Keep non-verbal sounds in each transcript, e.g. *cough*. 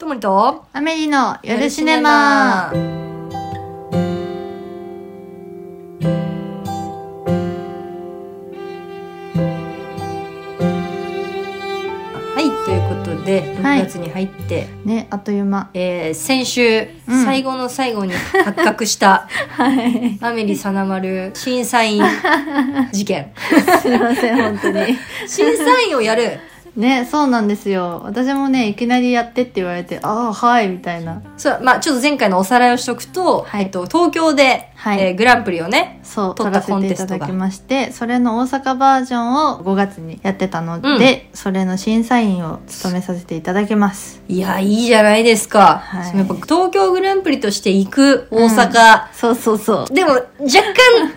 ともりとアメリの夜シネマはいということではい6月に入って、ねあっという間えー先週、うん最後の最後に発覚した *laughs* はいアメリさなまる審査員事 *laughs* 件すいません本当に審査員をやる *laughs* ねそうなんですよ私もねいきなりやってって言われてああはいみたいなそう、まあちょっと前回のおさらいをしとくと、はいえっと、東京で、はいえーグランプリをね、そう撮撮ったらせていただコンテストきがましてそれの大阪バージョンを5月にやってたので、それの審査員を務めさせていただきますいや、いいじゃないですか。はいそのやっぱ東京グランプリとして行く大阪。そうそうそでも、若干、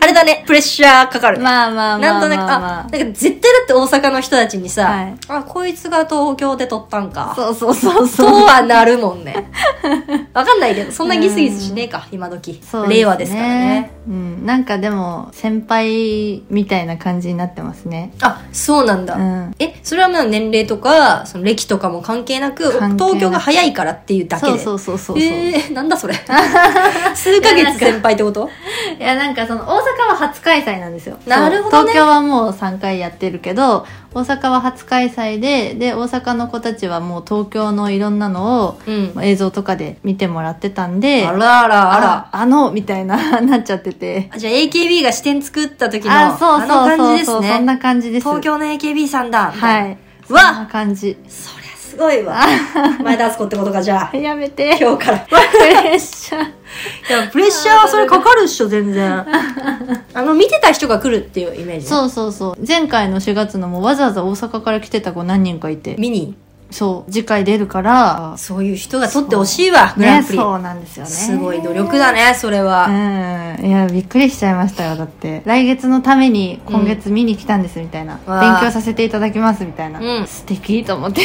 あれだ *laughs* ね、プレッシャーかかうる。まあまあまなあんとなく、まあまああ、なんか絶対だって大阪の人たちにさ、はいあ、こいつが東京で撮ったんか。そうそうそうとそうはなるもんね。 *laughs* わかんないけど、そんなギスギスしねえか、今時。そう令和ですからね。、うん、なんかでも先輩みたいな感じになってますねあ、そうなんだ。うんえそれはまあ年齢とかその歴とかも関係なく関係なく東京が早いからっていうだけでそうそうそうそうそう、えー、なんだそれ *laughs* 数ヶ月先輩ってこといやなんかその大阪は初開催なんですよなるほどねそう東京はもう3回やってるけど大阪は初開催でで大阪の子たちはもう東京のいろんなのをうん映像とかで見てもらってたんであらあらあらああのみたいな *laughs* なっちゃっててあじゃあ AKB が視点作った時のあそうあの感じそですうそうそうねそんな感じです東京の AKB さんだはいいわそんな感じそりゃすごい *laughs* わ前田敦子ってことかじゃあやめて今日からプレッシャいーやプレッシャーはそれかかるっしょ全然 *laughs* あの見てた人が来るっていうイメージね *laughs* そうそうそう前回の4月のもわざわざ大阪から来てた子何人かいて見にそう次回出るからそういう人が取ってほしいわグランプリ、ね、そうなんですよねすごい努力だねそれは、うんいやびっくりしちゃいましたよだって来月のために今月見に来たんですみたいな、わあ勉強させていただきますみたいな、うん素敵と思 *laughs* って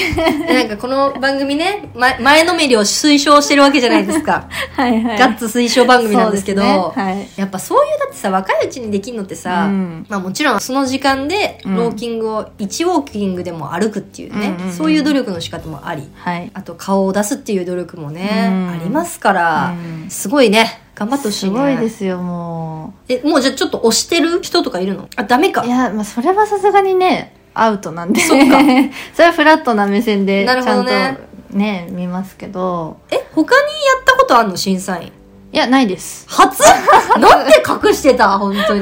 でなんかこの番組ね、ま、前のめりを推奨してるわけじゃないですか。はいはガッツ推奨番組なんですけど、そうですねはいやっぱそういうだってさ、若いうちにできるのってさ、うんまあもちろんその時間でうんローキングを1ウォーキングでも歩くっていうね、うんうんうんそういう努力の仕方もあり、はいあと顔を出すっていう努力もね、うんありますから、うんすごいね、頑張ってほしいすね。ごいですよもえ、もうじゃあちょっと押してる人とかいるのあ、ダメかうい。や、まあ、それはさすがにねアウトなんでそっか *laughs* それはフラットな目線でちなゃるほどんとねね見ますけどえ、他にやったことあんの審査員。いやないです *laughs* 初なんて隠してた本当に。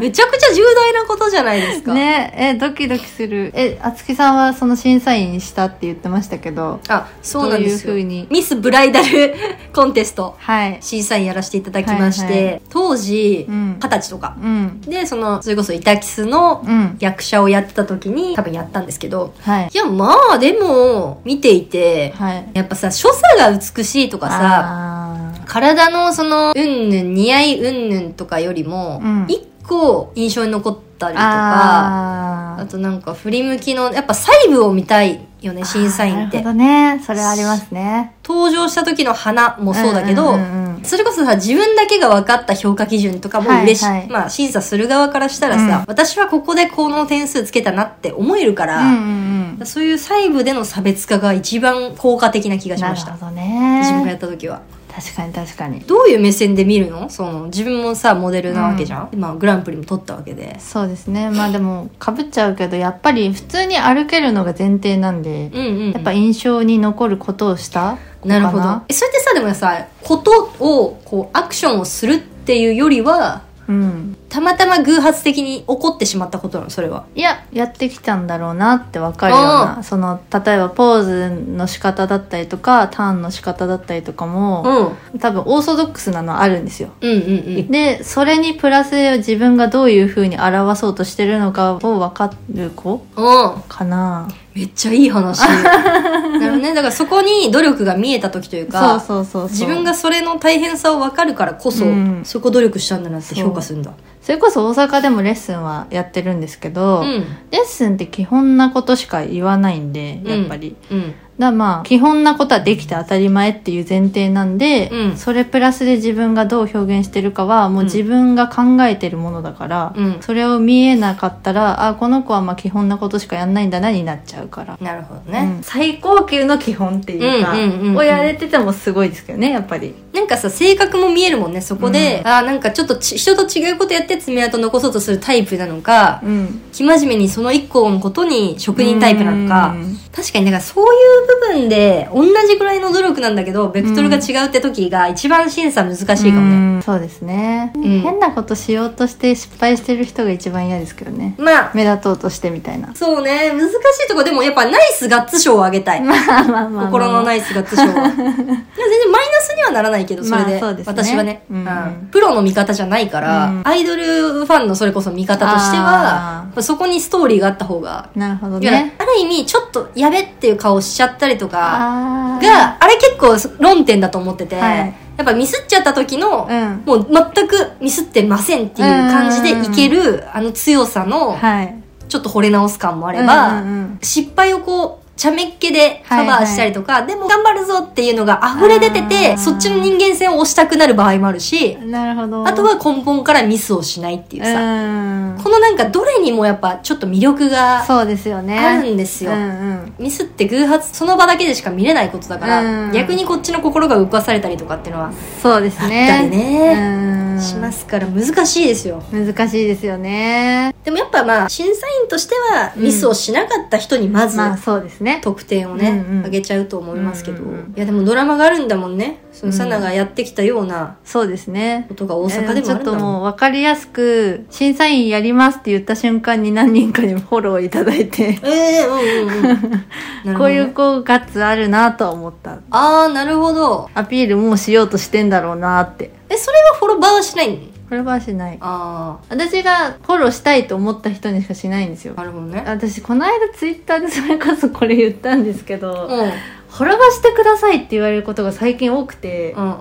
めちゃくちゃ重大なことじゃないですか。ねえドキドキするえあつきさんはその審査員したって言ってましたけどあ、そうなんですよ。どういう風にミスブライダル *laughs* コンテスト、はい審査員やらせていただきまして、はいは当時、う二、ん十、歳とか。うんで、その、それこそイタキスのうん役者をやってた時に、多分やったんですけど、はいいや、まあ、でも、見ていて、はいやっぱさ、所作が美しいとかさ、さ体のその、うんぬん、似合いうんぬんとかよりもうん、一、個印象に残ったりとか、ああーとなんか振り向きのやっぱ細部を見たいよね審査員っなてるほどねそれはありますね登場した時の花もそうだけど、んうんうんそれこそさ自分だけが分かった評価基準とかもはい嬉しい、はいまあ審査する側からしたらさ、うん私はここでこの点数つけたなって思えるかうら、んうんうんそういう細部での差別化が一番効果的な気がしなまるしたほど自分がやねった時は確かに確かにどういう目線で見るのその自分もさモデルなわけじゃん、まあ、グランプリも取ったわけでそうですねまあでもかぶっちゃうけどやっぱり普通に歩けるのが前提なんでうんうん、うん、やっぱ印象に残ることをした子なかるほどえそれってさでもさことをこうアクションをするっていうよりはうんたまたま偶発的に起こってしまったことなのそれはいややってきたんだろうなって分かるようなその例えばポーズの仕方だったりとかターンの仕方だったりとかうんも、うん多分オーソドックスなのはあるんですようんうんでそれにプラス自分がどういうふうに表そうとしてるのかを分かる子うんかなめっちゃいい *laughs* 話なるほどねだからそこに努力が見えた時というそうかそうそうそう自分がそれの大変さを分かるからこそ、うんそこ努力したんだなって評価するんだそれこそ大阪でもレッスンはやってるんですけど、うんレッスンって基本なことしか言わないんでやっぱり、うんだまあ基本なことはできて当たり前っていう前提なんで、うんそれプラスで自分がどう表現してるかはもう自分が考えてるものだから、うんそれを見えなかったらあこの子はまあ基本なことしかやんないんだなになっちゃうから、なるほどうね、ん最高級の基本っていうか、うんうんうんうんをやれててもすごいですけどねやっぱりなんかさ性格も見えるもんねそこで、あーなんかちょっとち人と違うことやって爪痕残そうとするタイプなのかうん生真面目にその一個のことに職人タイプなのかうん確かにだからそういう部分で同じぐらいの努力なんだけどベクトルが違うって時が一番審査難しいかもね、うんそうですね、ん変なことしようとして失敗してる人が一番嫌ですけどねまあ目立とうとしてみた *laughs* いなそうね難しいとこでもやっぱナイスガッツ賞をあげたいまあま *laughs* あまあまあ心のナイスガッツ *laughs* 賞はいや全然マイナスにはならないけどそれで,、まあそうですね私はね、うんプロの味方じゃないから、うんアイドルファンのそれこそ味方としてあはーやっぱそこにストーリーがあった方が、なるほどだからねある意味ちょっとやべっていう顔しちゃったりとかあーがあれ結構論点だと思ってて、はいやっぱミスっちゃった時の、うんもう全くミスってませんっていう感じでいけるあの強さのはいちょっと惚れ直す感もあれば、うんうんうん失敗をこう茶目っ気でカバーしたりとか、でも頑張るぞっていうのが溢れ出てあてーそっちの人間性を押したくなる場合もあるしなるほどあとは根本からミスをしないっていうさ、うんこのなんかどれにもやっぱちょっと魅力がそうですよねあるんですよ。うんうんミスって偶発その場だけでしか見れないことだから、うん逆にこっちの心が動かされたりとかっていうのはそうですねあったりねうんしますから難しいですよ難しいですよねでもやっぱまあ審査員としてはうんミスをしなかった人にまずまあそうですね得点をね、うんうん上げちゃうと思いますけど、うんうんうんいやでもドラマがあるんだもんねそのうんサナがやってきたようなそうですねことが大阪でもあるんちょだっともん、もう分かりやすく審査員やりますって言った瞬間に何人かにフォローいただいて、ええうんうんうんなるほどね *laughs* こういう子ガッツあるなとは思ったああなるほどアピールもうしようとしてんだろうなってえそれはフォロバーはしないのこれはしないあ私がフォローしたいと思った人にしかしないんですよあなるほどね私この間ツイッターでそれこそこれ言ったんですけうど、んうんうん滅ばしてくださいって言われることが最近多くて、うん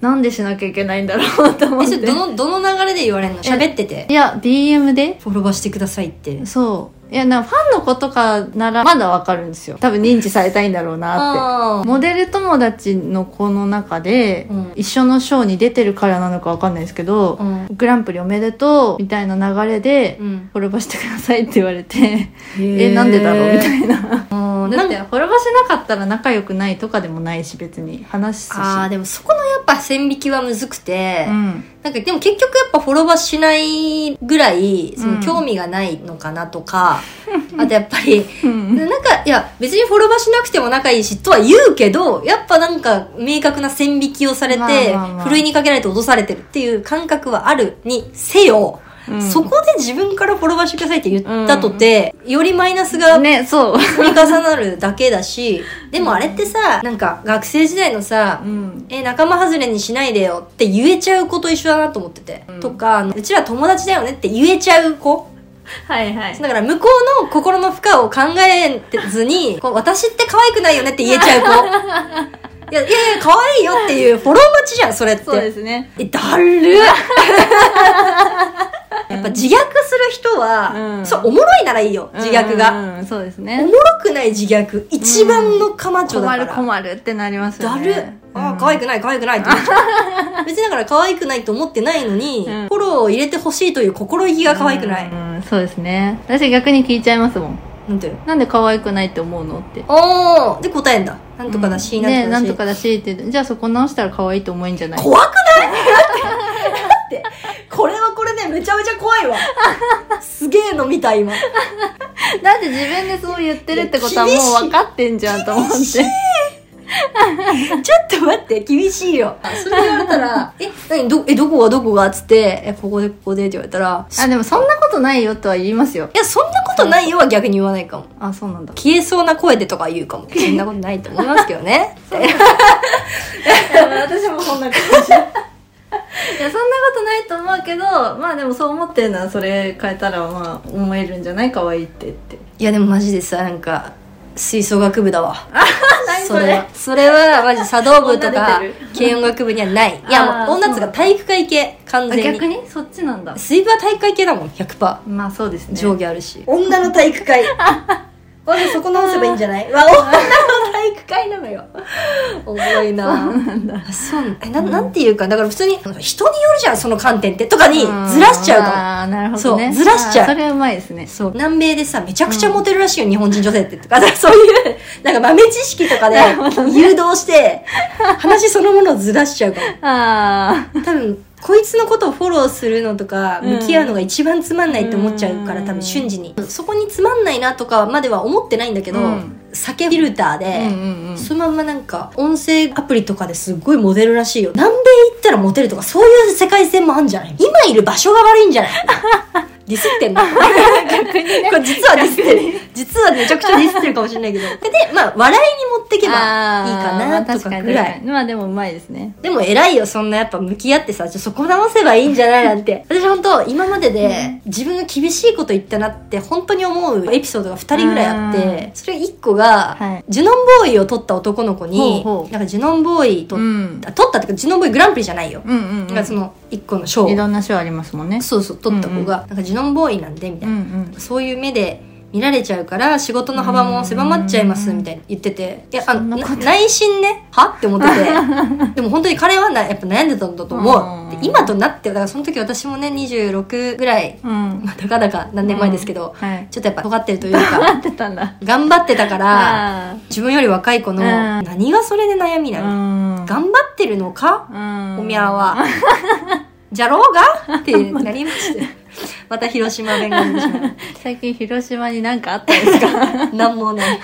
なんでしなきゃいけないんだろうと思えっそれてどのどの流れで言われるの喋ってていや DM でフォロバーしてくださいってそういやなファンの子とかならまだわかるんですよ多分認知されたいんだろうなってあモデル友達の子の中で、うん一緒のショーに出てるからなのかわかんないですけど、あうんグランプリおめでとうみたいな流れで、うん滅ぼしてくださいって言われて *laughs* ええなんでだろうみたいななだなっんてか滅ぼしなかったら仲良くないとかでもないし別に話すしあーでもそこのやっぱ線引きはむずくて、うんなんかでも結局やっぱフォロワーしないぐらいそうのん興味がないのかなとか、あとやっぱりうんなんかいや別にフォロワーしなくても仲いいしとは言うけどやっぱなんか明確な線引きをされて、まあまあまあふるいにかけられて脅されてるっていう感覚はあるにせよ、うんそこで自分からフォロワーしてくださいって言ったとて、よりマイナスがねそう、積み重なるだけだし、でもあれってさ、なんか学生時代のさ、ん、え、仲間外れにしないでよって言えちゃう子と一緒だなと思ってて。うんとか、あのうちら友達だよねって言えちゃう子。はいはいだから向こうの心の負荷を考えず *laughs* に、こう私って可愛くないよねって言えちゃう子。いや、いやいや、可愛いよっていうフォロー待ちじゃん、それって。そうですねえ、だるっ *laughs* やっぱ自虐する人は、うんそう、おもろいならいいよ、自虐が。うんうんうんそうですおねもろくない自虐一番のカマチョだか困ら、る困るってなりますよだねるああ可愛くない可愛くないって思っちゃ *laughs* う別にだから可愛くないと思ってないのに、うんフォローを入れてほしいという心意気が可愛くない、うんうんそうですね私逆に聞いちゃいますもんなんていうなんで可愛くないって思うのっておーで答えんだなんとかだし、うんねななんんととかだしかだしってじゃあそこ直したら可愛いと思うんじゃ *laughs* ない怖くないだってだってこれはこれでめちゃめちゃ怖い *laughs* わすげえの見た今だって自分でそう言ってるってことはもう分かってんじゃんと思ってちょっと待って、厳しいよ。それ言われたら、 *laughs* え、何ど、え、どこがどこがっつって、え、ここでここでって言われたら、 *laughs* あでもそんなことないよとは言いますよいや、そんなことないよは逆に言わないかも。あそうなんだ消えそうな声でとか言う *laughs* かも。そんなことないと思いますけどね。私もそんな感じ *laughs* いやそんなことないと思うけどまあでもそう思ってるのはそれ変えたらまあ思えるんじゃない可愛いってって *laughs* いや、でもマジでさ、なんか、吹奏楽部だわ。何そそれれは、それはマジ茶道部とか女出て、軽音楽部にはない。いや、あーもう女っつうか体育会系、完あ全逆に。にそっちなんだ水部は体育会系だもん、100%。まあそうですね *laughs* 上下あるし。女の体育会。俺そこ直せばいいんじゃないわ女の体育会なのよ重いなそうなんだそうえななんていうかだから普通に人によるじゃんその観点ってとかにずらしちゃうかも、ああーなるほどねそうずらしちゃうあーそれはうまいですねそう南米でさめちゃくちゃモテるらしいよ、日本人女性ってとか *laughs* だからそういうなんか豆知識とかでなるほどね誘導して話そのものをずらしちゃうかもああ多分こいつのことをフォローするのとかうん向き合うのが一番つまんないって思っちゃうから、うん多分瞬時にそこにつまんないなとかまでは思ってないんだけど、うん酒フィルターうんで、うんうんそのまんまなんか音声アプリとかですっごいモデルらしいよ南米行ったらモテるとかそういう世界線もあるんじゃない今いる場所が悪いんじゃない *laughs* ディスってんの *laughs* 逆にねこれ実はディスってる。実はめちゃくちゃディスってるかもしれないけど。 *laughs* で、まあ、笑いに持ってけばいいかあーなまあと確かにぐら確い。かにまあでもうまいですねでも偉いよ、そんなやっぱ向き合ってさ、ちょそこ直せばいいんじゃないなん *laughs* て。私本当今までで自分が厳しいこと言ったなって本当に思うエピソードが2人ぐらいあっうて、それ1個が、はいジュノンボーイを取った男の子に、ほうほうなんかジュノンボーイと、うん取ったっていうかジュノンボーイグランプリじゃないよ。うんうんなんかその1個の賞いろんな賞ありますもんねそうそう、取った子が、なんかジュノンボーイなんで、みたいな。んうんそういう目で見られちゃうから仕事の幅も狭まっちゃいますみたいに言ってていやあそんのななこと内心ねはって思って *laughs* てでも本当に彼はなやっぱ悩んでたんだと思ううんで今となってはだからその時私もね26ぐらい、うんまあ、たかだか何年前ですけど、 *laughs* はいちょっとやっぱ尖ってるというか合ってたんだ頑張ってたからあ自分より若い子のうん何がそれで悩みなのあ頑張ってるのかうんおみゃ *laughs* は。じゃろうがってなりまして。また広島弁が出てしまう。最近広島に何か *laughs* あったんですかなんもない。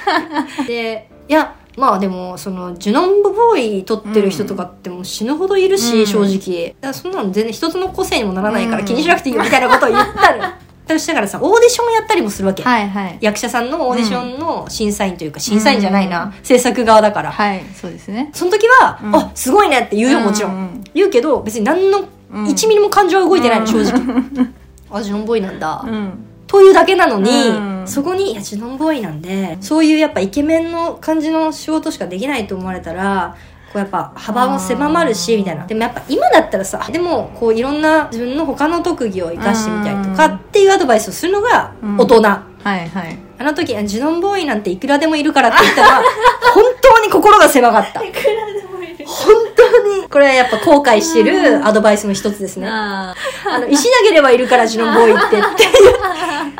で、いや、まあでも、その、ジュノンボーイ撮ってる人とかってもう死ぬほどいるし、うん正直。だからそんなの全然一つの個性にもならないからうん気にしなくていいよみたいなことを言ったら。 *laughs* だしながらさ、オーディションやったりもするわけ。はいはい役者さんのオーディションの審査員というか、審査員じゃないうな、制作側だから。はいそうですねその時は、うんあ、すごいねって言うよ、もちろん。うん言うけど、別に何の、うん1ミリも感情は動いてないの、う正ん直。あ、ジュノンボーイなんだ。うんというだけなのに、うんそこに、いや、ジュノンボーイなんで、そういうやっぱイケメンの感じの仕事しかできないと思われたら、こうやっぱ幅も狭まるし、うんみたいな。でもやっぱ今だったらさ、でもこういろんな自分の他の特技を活かしてみたりとかうんっていうアドバイスをするのがうん大人。はいはいあの時、ジュノンボーイなんていくらでもいるからって言ったら、 *laughs* 本当に心が狭か *laughs* った。いくらでもいる本当に。これはやっぱ後悔してるアドバイスの一つですね。ああの、石投げればいるからジュノンボーイってって *laughs* いう。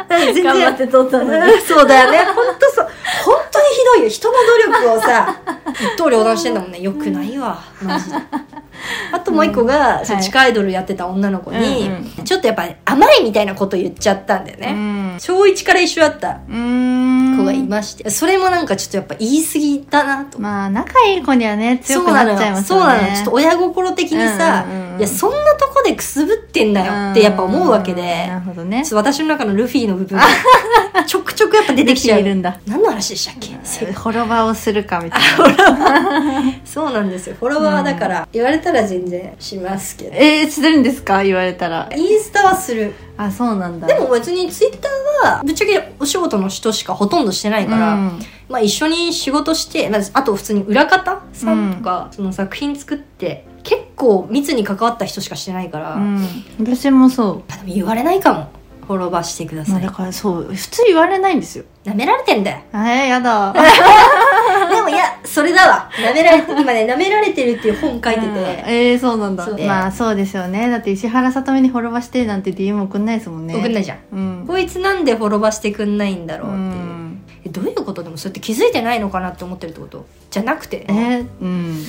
全然頑張って撮ったのにうんそうだよね。本当そう。本当にひどいよ。人の努力をさ、一刀両断してんだもんね。よくないわ。マジで。あともう一個が、んそうはい地下アイドルやってた女の子に、うんうんちょっとやっぱ甘いみたいなこと言っちゃったんだよ *laughs* うね。ん小1から一緒だったうん子がいまして、それもなんかちょっとやっぱ言い過ぎだなと。まあ仲いい子にはね強くなっちゃいますそうよなのよそうなねのよちょっと親心的にさ、うんうんうんいや、そんなとこでくすぶってんだよってやっぱ思うわけで、うんなるほどねちょっと私の中のルフィの部分が *laughs* ちょくちょくやっぱ出てきちゃうルフィいるんだ何の話でしたっけせ滅ばをするかみたいな *laughs* そうなんですよフォロワーだから、言われたら全然しますけどえー、するんですか言われたらインスタはするあそうなんだでも別にツイッターはぶっちゃけお仕事の人しかほとんどしてないから、うんまあ一緒に仕事して、まあ、あと普通に裏方さんとか、その作品作って結構密に関わった人しかしてないから、うあん、私もそでも言われないかもフォロワーしてくだう、まさあ、いだからそう普通言われないんですよなめられてんだ *laughs* よえー、やだでもいや、それだわ。舐められて、今ね、舐められてるっていう本書いてうんて、えー、そうなんだそうまあそうですよねだって石原さとみに滅ばしてなんて DM 送んないですもんね送んないいじゃん。うんこいつなんでフォロバしてくんないんだろううっていう。んえどういうことでもそれって気づいてないのかなって思ってるってことじゃなくて。えー、うん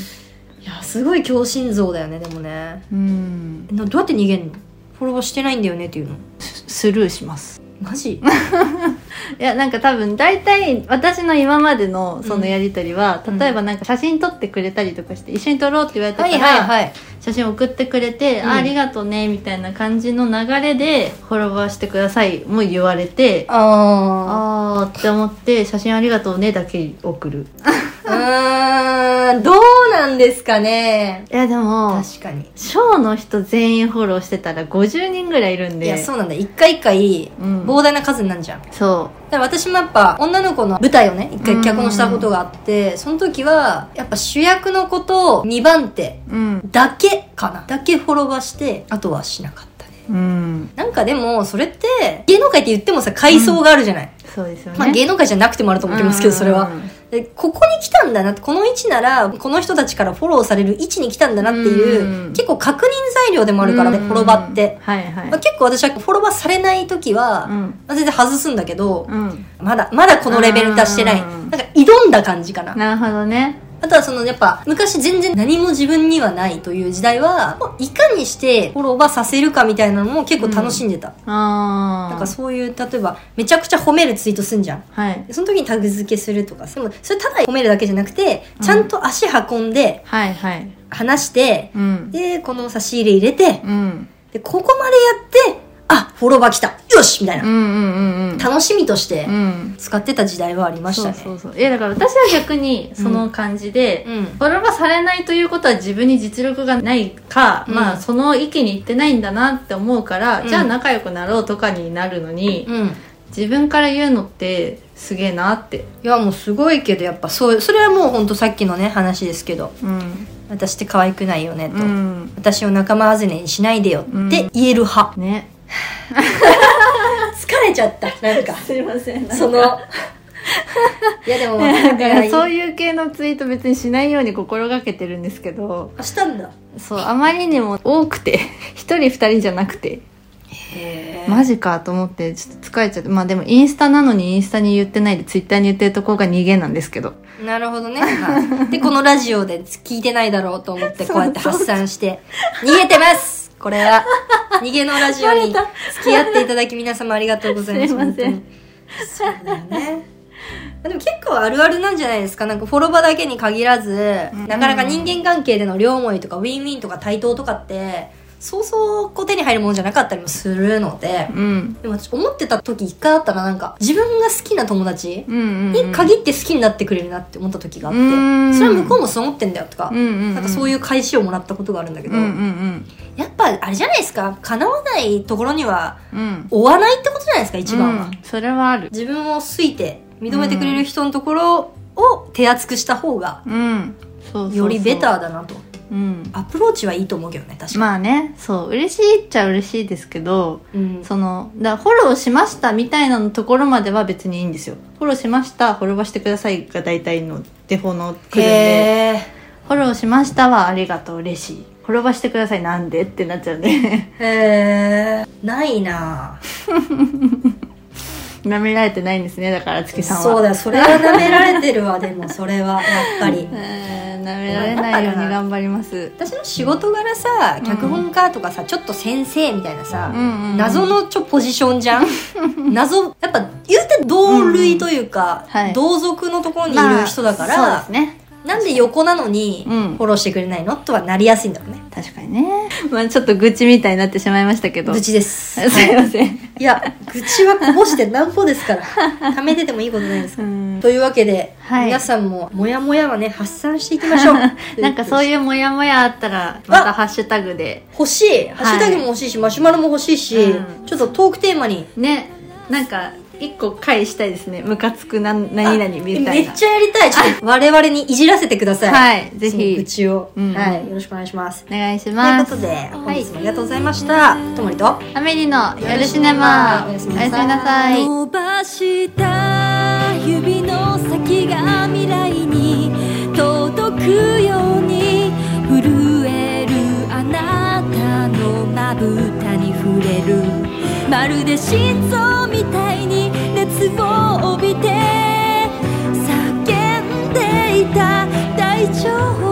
いや、すごい強心臓だよね、でもね。うんなどうやって逃げんのフォロバしてないんだよねっていうの。ススルーしますマジいやなんか多分大体私の今までのそのやりとりは、うん例えばなんか写真撮ってくれたりとかして一緒に撮ろうって言われたかはら、いはいはい。写真送ってくれて、うんあありがとうねみたいな感じの流れでフォロワーしてくださいも言われてああーって思って写真ありがとうねだけ送るー。うーん、どうなんですかね。いやでも確かに。ショーの人全員フォローしてたら50人ぐらいいるんでいや、そうなんだ。一回一回、うん膨大な数になるじゃん。そだから私もやっぱ女の子の舞台をね一回脚本したことがあって、その時はやっぱ主役のことを2番手ううんだけかなだけフォロワーしてあとはしなかったねうんなんかでも、それって、芸能界って言ってもさ、階層があるじゃない。そうですよね、まあ芸能界じゃなくてもあると思ってますけど、それは。でここに来たんだなってこの位置ならこの人たちからフォローされる位置に来たんだなっていう、うん結構確認材料でもあるからね、うんフォロバって、はいはい、まあ、結構私はフォロバされない時は、うんまあ全然外すんだけど、うんまだまだこのレベルに達してない、うんなんか挑んだ感じかな、なるほどねあとはそのやっぱ昔全然何も自分にはないという時代はもういかにしてフォロバさせるかみたいなのも結構楽しんでた、ああなんかそういう例えばめちゃくちゃ褒めるツイートすんじゃんはいその時にタグ付けするとかでもそれただ褒めるだけじゃなくてちゃんと足運んではいはい話して、うんでこの差し入れ入れてうんでここまでやってあフォロバー来たよしみたいうんうな、んうんうん楽しみとしてうん使ってた時代はありましたねそうそうそういやだから私は逆にその感じで、うんフォロワーされないということは自分に実力がないか、うんまあその域に行ってないんだなって思うから、うんじゃあ仲良くなろうとかになるのに、うんい自分から言うのってすげえなってやもうすごいけどやっぱそうそれはもうほんとさっきのね話ですけどうん私って可愛くないよねと、うん私を仲間外れにしないでよって言える派、ね疲れちゃったなんかすいませんその *laughs* いやでもだ *laughs* からそうういう系のツイート別にしないように心がけてるんですけどしたんだそうあまりにも多くて *laughs* 一人二人じゃなくてへマジかと思ってちょっと疲れちゃってまあでもインスタなのにインスタに言ってないでツイッターに言ってるとこが逃げなんですけどなるほどね。はいで、このラジオで聞いてないだろうと思って、こうやって発散して、逃げてますこれは、逃げのラジオ *laughs* にバレ付き合っていただき皆様ありがとうございます。すいませ本当んに。そうだよね。でも結構あるあるなんじゃないですか。なんかフォロバだけに限らず、なかなか人間関係での両思いとか、ウィンウィンとか対等とかって、そうそうこう手に入るものじゃなかったりもするので、うんでも私思ってた時一回あったらなんか、自分が好きな友達、うんうんに限って好きになってくれるなって思った時があって、うんそれは向こうもそう思ってんだよとか、うんうんうんなんかそういう返しをもらったことがあるんだけうんど、うんうんやっぱあれじゃないですか叶わないところにはうん追わないってことじゃないですか一番は、うんそれはある自分を好いて認めてくれる人のところを手厚くした方がうんそうそうそうよりベターだなとうんアプローチはいいと思うけどね確かに、まあねそう嬉しいっちゃ嬉しいですけどうん、そのだからフォローしましたみたいなのところまでは別にいいんですよフォローしましたフォロワーしてくださいが大体のデフォの来るんでへーフォローしましたはありがとう嬉しいフォロワーしてくださいなんでってなっちゃうんで *laughs* へーないなぁ舐められてないんですねだから月さんはそうだよそれは舐められてるわで *laughs* もそれはやっぱりえー舐められないように頑張ります私の仕事柄さうん脚本家とかさ、ちょっと先生みたいなさ、うんうん謎のちょポジション *laughs* じゃん謎やっぱ言うて同類というか、うんはい同族のところにいまある人だから、そうですねなんで横なのにフうんォローしてくれないのとはなりやすいんだろうね確かにね *laughs* まあちょっと愚痴みたいになってしまいましたけど愚痴です、 *laughs* すいませんいや愚痴はこぼしてなんぼですから *laughs* 溜めててもいいことないですから、うんというわけで、はい皆さんもモヤモヤはね発散していきまし *laughs* ょうなんかそういうモヤモヤあったらまたハッシュタグで欲しいハッシュタグも欲しいし、マシュマロも欲しいし、うんちょっとトークテーマにねなんか一個返したいですねムカつくなん何々みたいめなっちゃやりたいちょっと我々にいじらせてくださいはいぜひその愚痴を、うんはいよろしくお願いしますお願いしといまうすことで本日もありがとうございました、ともりとアメリの夜シネマおおややすすみみななさいさい伸ばした指の先が未来に届くように震えるあなたのまぶたに触れるまるで心臓みたいに熱を帯びて叫んでいた大丈夫